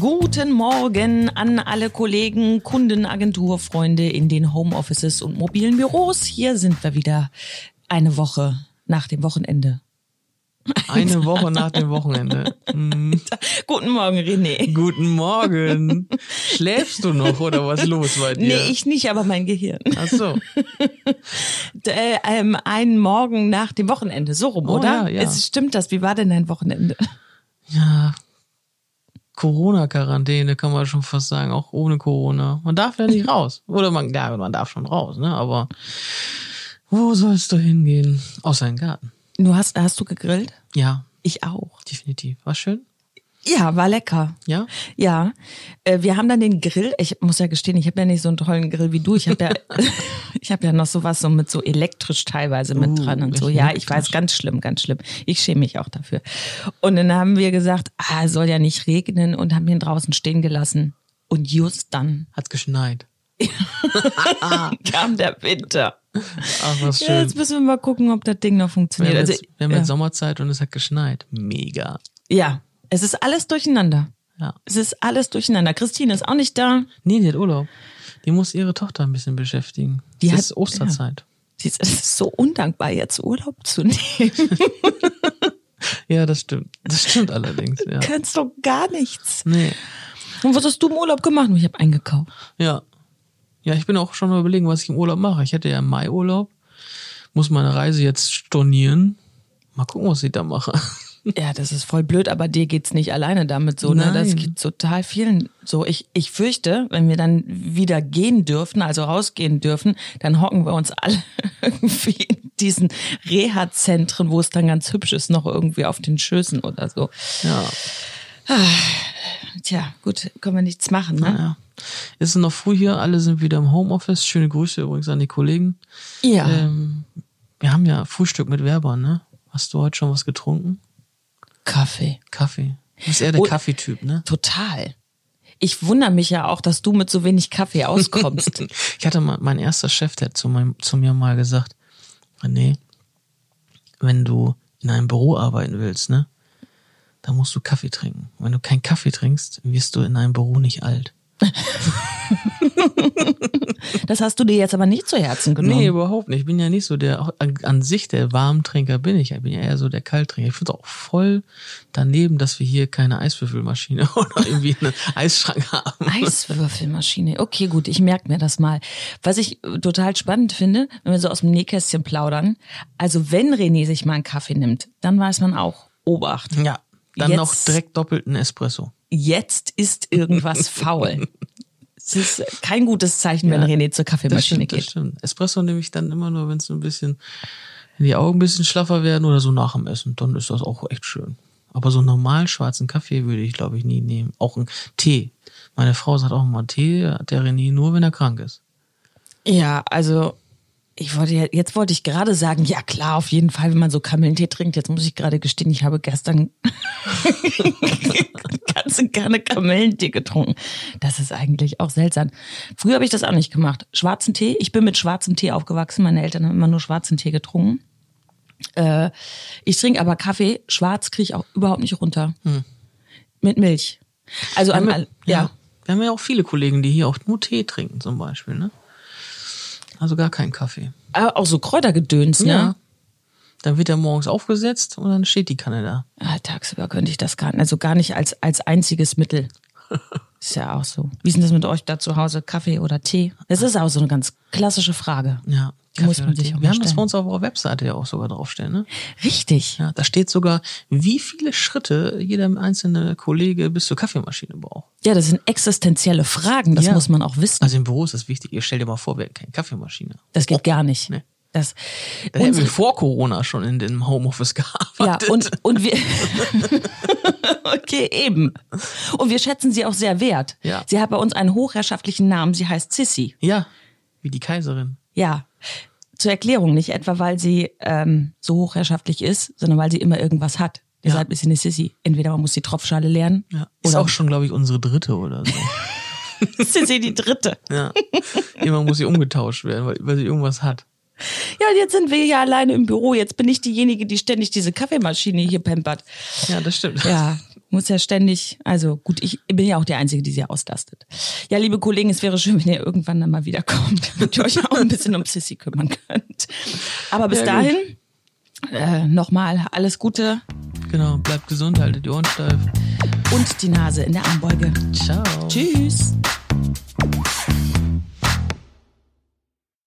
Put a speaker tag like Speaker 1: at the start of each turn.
Speaker 1: Guten Morgen an alle Kollegen, Kunden, Agenturfreunde in den Homeoffices und mobilen Büros. Hier sind wir wieder eine Woche nach dem Wochenende.
Speaker 2: Eine Woche nach dem Wochenende. Hm.
Speaker 1: Guten Morgen, René.
Speaker 2: Guten Morgen. Schläfst du noch oder was ist los bei dir?
Speaker 1: Nee, ich nicht, aber mein Gehirn.
Speaker 2: Ach so.
Speaker 1: D- äh, ähm, einen Morgen nach dem Wochenende, so rum,
Speaker 2: Oh,
Speaker 1: oder?
Speaker 2: ja, ja.
Speaker 1: Es stimmt das. Wie war denn dein Wochenende?
Speaker 2: Ja. Corona-Quarantäne kann man schon fast sagen, auch ohne Corona. Man darf ja nicht raus. Oder man, ja, man darf schon raus, ne? Aber wo sollst du hingehen? Außer in den Garten.
Speaker 1: Du hast, hast du gegrillt?
Speaker 2: Ja,
Speaker 1: Ich auch.
Speaker 2: definitiv. War schön?
Speaker 1: Ja, war lecker.
Speaker 2: Ja?
Speaker 1: Ja, äh, wir haben dann den Grill. Ich muss ja gestehen, ich habe ja nicht so einen tollen Grill wie du. Ich habe ja, ich habe ja noch sowas so mit so elektrisch teilweise mit
Speaker 2: Uh,
Speaker 1: dran und so. Ja, ich weiß, ganz schlimm, ganz schlimm. Ich schäme mich auch dafür. Und dann haben wir gesagt, ah, es soll ja nicht regnen und haben ihn draußen stehen gelassen. Und just dann
Speaker 2: Hat's geschneit.
Speaker 1: kam der Winter.
Speaker 2: Ach, was
Speaker 1: Ja,
Speaker 2: Ah. schön.
Speaker 1: jetzt müssen wir mal gucken, ob das Ding noch
Speaker 2: Wir
Speaker 1: funktioniert.
Speaker 2: haben,
Speaker 1: Also,
Speaker 2: jetzt, wir haben jetzt
Speaker 1: ja.
Speaker 2: Sommerzeit und es hat geschneit. Mega.
Speaker 1: ja, es ist alles durcheinander.
Speaker 2: Ja.
Speaker 1: Es ist alles durcheinander. Christine ist auch nicht da.
Speaker 2: Nee, die hat Urlaub. Die muss ihre Tochter ein bisschen beschäftigen.
Speaker 1: Die
Speaker 2: es
Speaker 1: hat-
Speaker 2: ist Osterzeit.
Speaker 1: Sie ist, es ist so undankbar, jetzt Urlaub zu nehmen.
Speaker 2: Ja. das stimmt. Das stimmt allerdings, ja.
Speaker 1: kannst doch gar nichts.
Speaker 2: Nee.
Speaker 1: Und was hast du im Urlaub gemacht? Ich habe eingekauft.
Speaker 2: Ja. Ja, ich bin auch schon mal überlegen, was ich im Urlaub mache. Ich hatte ja im Mai Urlaub. Muss meine Reise jetzt stornieren. Mal gucken, was ich da mache.
Speaker 1: Ja, das ist voll blöd, aber dir geht's nicht alleine damit so. Ne? Das
Speaker 2: Nein.
Speaker 1: geht total vielen so. Ich, ich fürchte, wenn wir dann wieder gehen dürfen, also rausgehen dürfen, dann hocken wir uns alle irgendwie in diesen Reha-Zentren, wo es dann ganz hübsch ist, noch irgendwie auf den Schößen oder so.
Speaker 2: Ja.
Speaker 1: Tja, gut, können wir nichts machen. Ne?
Speaker 2: ja. Ist noch früh hier. Alle sind wieder im Homeoffice. Schöne Grüße übrigens an die Kollegen.
Speaker 1: Ja,
Speaker 2: Ähm, wir haben ja Frühstück mit Werbern, ne? Hast du heute schon was getrunken?
Speaker 1: Kaffee.
Speaker 2: Kaffee. Du bist eher der
Speaker 1: Oh.
Speaker 2: Kaffeetyp, ne?
Speaker 1: Total. Ich wundere mich ja auch, dass du mit so wenig Kaffee auskommst.
Speaker 2: Ich hatte mal, mein erster Chef, der hat zu, meinem, zu mir mal gesagt, René, wenn du in einem Büro arbeiten willst, ne, dann musst du Kaffee trinken. Wenn du keinen Kaffee trinkst, wirst du in einem Büro nicht alt.
Speaker 1: Das hast du dir jetzt aber nicht zu Herzen genommen.
Speaker 2: Nee, überhaupt nicht. Ich bin ja nicht so der, auch an, an sich der Warmtrinker bin ich. Ich bin ja eher so der Kalttrinker. Ich finde auch voll daneben, dass wir hier keine Eiswürfelmaschine oder irgendwie einen Eisschrank haben.
Speaker 1: Eiswürfelmaschine. Okay, gut, ich merke mir das mal. Was ich äh, total spannend finde, wenn wir so aus dem Nähkästchen plaudern, also wenn René sich mal einen Kaffee nimmt, dann weiß man auch, Obacht,
Speaker 2: Ja. Dann
Speaker 1: Jetzt-
Speaker 2: noch direkt doppelten Espresso.
Speaker 1: jetzt ist irgendwas faul. Es ist kein gutes Zeichen, wenn René zur
Speaker 2: Äh, Das
Speaker 1: Kaffeemaschine
Speaker 2: stimmt, das
Speaker 1: geht.
Speaker 2: stimmt. Espresso nehme ich dann immer nur, wenn es ein bisschen, wenn die Augen ein bisschen schlaffer werden oder so nach dem Essen, dann ist das auch echt schön. Aber so einen normal schwarzen Kaffee würde ich, glaube ich, nie nehmen. Auch einen Tee. Meine Frau sagt auch immer, Tee hat der René nur, wenn er krank ist.
Speaker 1: Ja, also ich wollte ja, jetzt wollte ich gerade sagen, ja klar, auf jeden Fall, wenn man so Kamillentee trinkt. Jetzt muss ich gerade gestehen, ich habe gestern ganze gerne Kamillentee getrunken. Das ist eigentlich auch seltsam. Früher habe ich das auch nicht gemacht. Schwarzen Tee, ich bin mit schwarzem Tee aufgewachsen. Meine Eltern haben immer nur schwarzen Tee getrunken. Äh, ich trinke aber Kaffee, schwarz kriege ich auch überhaupt nicht runter. Mit Milch. Also
Speaker 2: Wir haben
Speaker 1: einmal, Hm. ja.
Speaker 2: Wir haben ja auch viele Kollegen, die hier auch nur Tee trinken, zum Beispiel, ne? Also gar keinen Kaffee.
Speaker 1: Aber Äh, auch so Kräutergedöns, ne?
Speaker 2: Ja. Dann wird er morgens aufgesetzt und dann steht die Kanne da.
Speaker 1: Ah, tagsüber könnte ich das gar nicht, also gar nicht als, als einziges Mittel. Ist ja auch so. Wie ist denn das mit euch da zu Hause? Kaffee oder Tee? Das ist auch so eine ganz klassische Frage.
Speaker 2: Ja.
Speaker 1: Die muss
Speaker 2: Kaffee
Speaker 1: man
Speaker 2: oder
Speaker 1: sich
Speaker 2: Tee.
Speaker 1: auch
Speaker 2: Wir
Speaker 1: mal
Speaker 2: haben das
Speaker 1: stellen.
Speaker 2: bei uns auf unserer Webseite ja auch sogar draufstehen, ne?
Speaker 1: Richtig.
Speaker 2: Ja, da steht sogar, wie viele Schritte jeder einzelne Kollege bis zur Kaffeemaschine braucht.
Speaker 1: Ja, das sind existenzielle Fragen, das
Speaker 2: Ja.
Speaker 1: muss man auch wissen.
Speaker 2: Also im Büro ist das wichtig. Ihr stellt dir mal vor, wir hätten keine Kaffeemaschine.
Speaker 1: Das geht gar nicht.
Speaker 2: Nee.
Speaker 1: Das,
Speaker 2: Da hätten wir
Speaker 1: unsere-
Speaker 2: vor Corona schon in dem Homeoffice
Speaker 1: ja,
Speaker 2: gearbeitet.
Speaker 1: und, und wir. okay, eben. Und wir schätzen sie auch sehr wert.
Speaker 2: Ja.
Speaker 1: Sie hat bei uns einen hochherrschaftlichen Namen, sie heißt Sissy.
Speaker 2: ja, wie die Kaiserin.
Speaker 1: Ja. Zur Erklärung, nicht etwa, weil sie ähm, so hochherrschaftlich ist, sondern weil sie immer irgendwas hat. Deshalb ist sie eine Sissy. Entweder man muss die Tropfschale leeren
Speaker 2: Ja, ist
Speaker 1: oder
Speaker 2: auch schon, glaube ich, unsere dritte oder so.
Speaker 1: Sissy die Dritte.
Speaker 2: ja. Immer muss sie umgetauscht werden, weil, weil sie irgendwas hat.
Speaker 1: Ja, und jetzt sind wir ja alleine im Büro. Jetzt bin ich diejenige, die ständig diese Kaffeemaschine hier pampert.
Speaker 2: Ja, das stimmt.
Speaker 1: Ja, muss ja ständig, also gut, ich bin ja auch die Einzige, die sie auslastet. Ja, liebe Kollegen, es wäre schön, wenn ihr irgendwann dann mal wiederkommt, damit ihr euch auch ein bisschen um Sissy kümmern könnt. Aber bis
Speaker 2: Ja, gut.
Speaker 1: dahin, äh, nochmal alles Gute
Speaker 2: Genau, bleibt gesund, haltet die Ohren steif.
Speaker 1: und die Nase in der Armbeuge.
Speaker 2: Ciao.
Speaker 1: Tschüss.